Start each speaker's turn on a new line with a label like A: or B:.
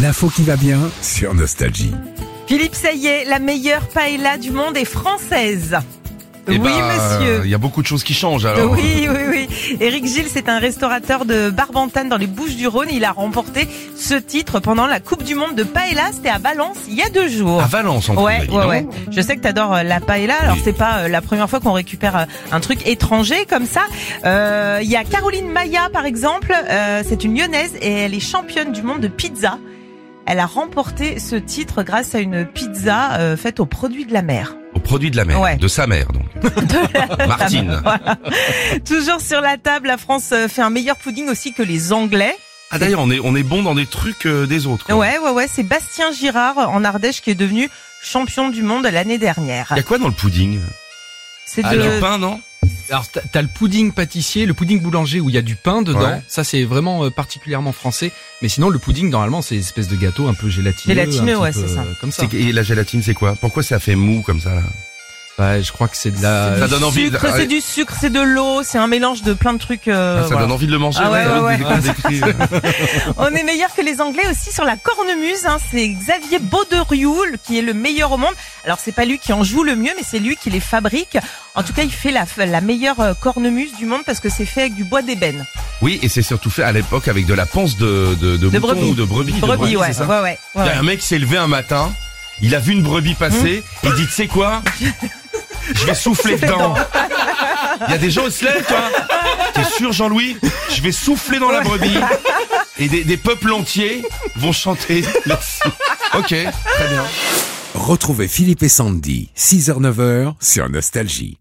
A: L'info qui va bien sur Nostalgie.
B: Philippe Saillet, la meilleure paella du monde est française.
C: Eh
B: oui,
C: ben, euh,
B: monsieur.
C: Il y a beaucoup de choses qui changent alors.
B: Oui, oui, oui. Éric Gilles, c'est un restaurateur de Barbantane dans les Bouches-du-Rhône. Il a remporté ce titre pendant la Coupe du Monde de Paella. C'était à Valence il y a deux jours.
C: À Valence, en fait.
B: Ouais,
C: dis
B: ouais,
C: donc.
B: ouais. Je sais que t'adores euh, la paella. Alors
C: Oui.
B: c'est pas euh, la première fois qu'on récupère euh, un truc étranger comme ça. Euh, Il y a Caroline Maya par exemple. Euh, c'est une lyonnaise et elle est championne du monde de pizza. Elle a remporté ce titre grâce à une pizza euh, faite aux produits de la mer.
C: Au produit de la mer,
B: Ouais.
C: de sa mère donc. Martine.
B: Voilà. Toujours sur la table, la France euh, fait un meilleur pudding aussi que les Anglais.
C: Ah d'ailleurs, on est on est bon dans des trucs euh, des autres. quoi.
B: Ouais, ouais, ouais. C'est Bastien Girard en Ardèche qui est devenu champion du monde l'année dernière.
C: Il y a quoi dans le pudding
B: C'est
C: Ah, Du pain, non
D: Alors t'as- t'as le pudding pâtissier, le pudding boulanger où il y a du pain dedans.
C: Ouais.
D: Ça c'est vraiment euh, particulièrement français. Mais sinon le pudding normalement c'est une espèce de gâteau un peu gélatineux.
B: Gélatineux,
D: un petit
B: ouais,
D: peu,
B: c'est ça.
D: euh, Comme ça.
C: C'est- Et la gélatine, c'est quoi Pourquoi ça fait mou comme ça là
D: Bah, je crois que c'est de la.
C: Ça donne envie. de-
B: Sucre,
C: Ah,
B: c'est du sucre, c'est de l'eau, c'est un mélange de plein de trucs. euh,
C: ça
B: voilà.
C: donne envie de le manger.
B: Ah ouais,
C: ça
B: ouais,
C: donne des- des- des- des-
B: On est meilleur que les Anglais aussi sur la cornemuse. Hein. C'est Xavier Bauderioul qui est le meilleur au monde. Alors c'est pas lui qui en joue le mieux, mais c'est lui qui les fabrique. En tout cas, il fait la, la meilleure euh, cornemuse du monde parce que c'est fait avec du bois d'ébène.
C: Oui, et c'est surtout fait à l'époque avec de la panse de de, de, mouton
B: brebis.
C: ou de brebis. de
B: Brebis, ouais,
C: c'est ça
B: ouais, ouais, ouais,
C: Il y a un mec qui s'est levé un matin, il a vu une brebis passer, il dit, tu sais quoi Je vais souffler dedans. Il y a des gens qui se lèvent, toi. T'es sûr, Jean-Louis Je vais souffler dans la brebis. Et des, des peuples entiers vont chanter. là-dessus. Ok, très bien.
A: Retrouvez Philippe et Sandy, 6h-9h sur Nostalgie.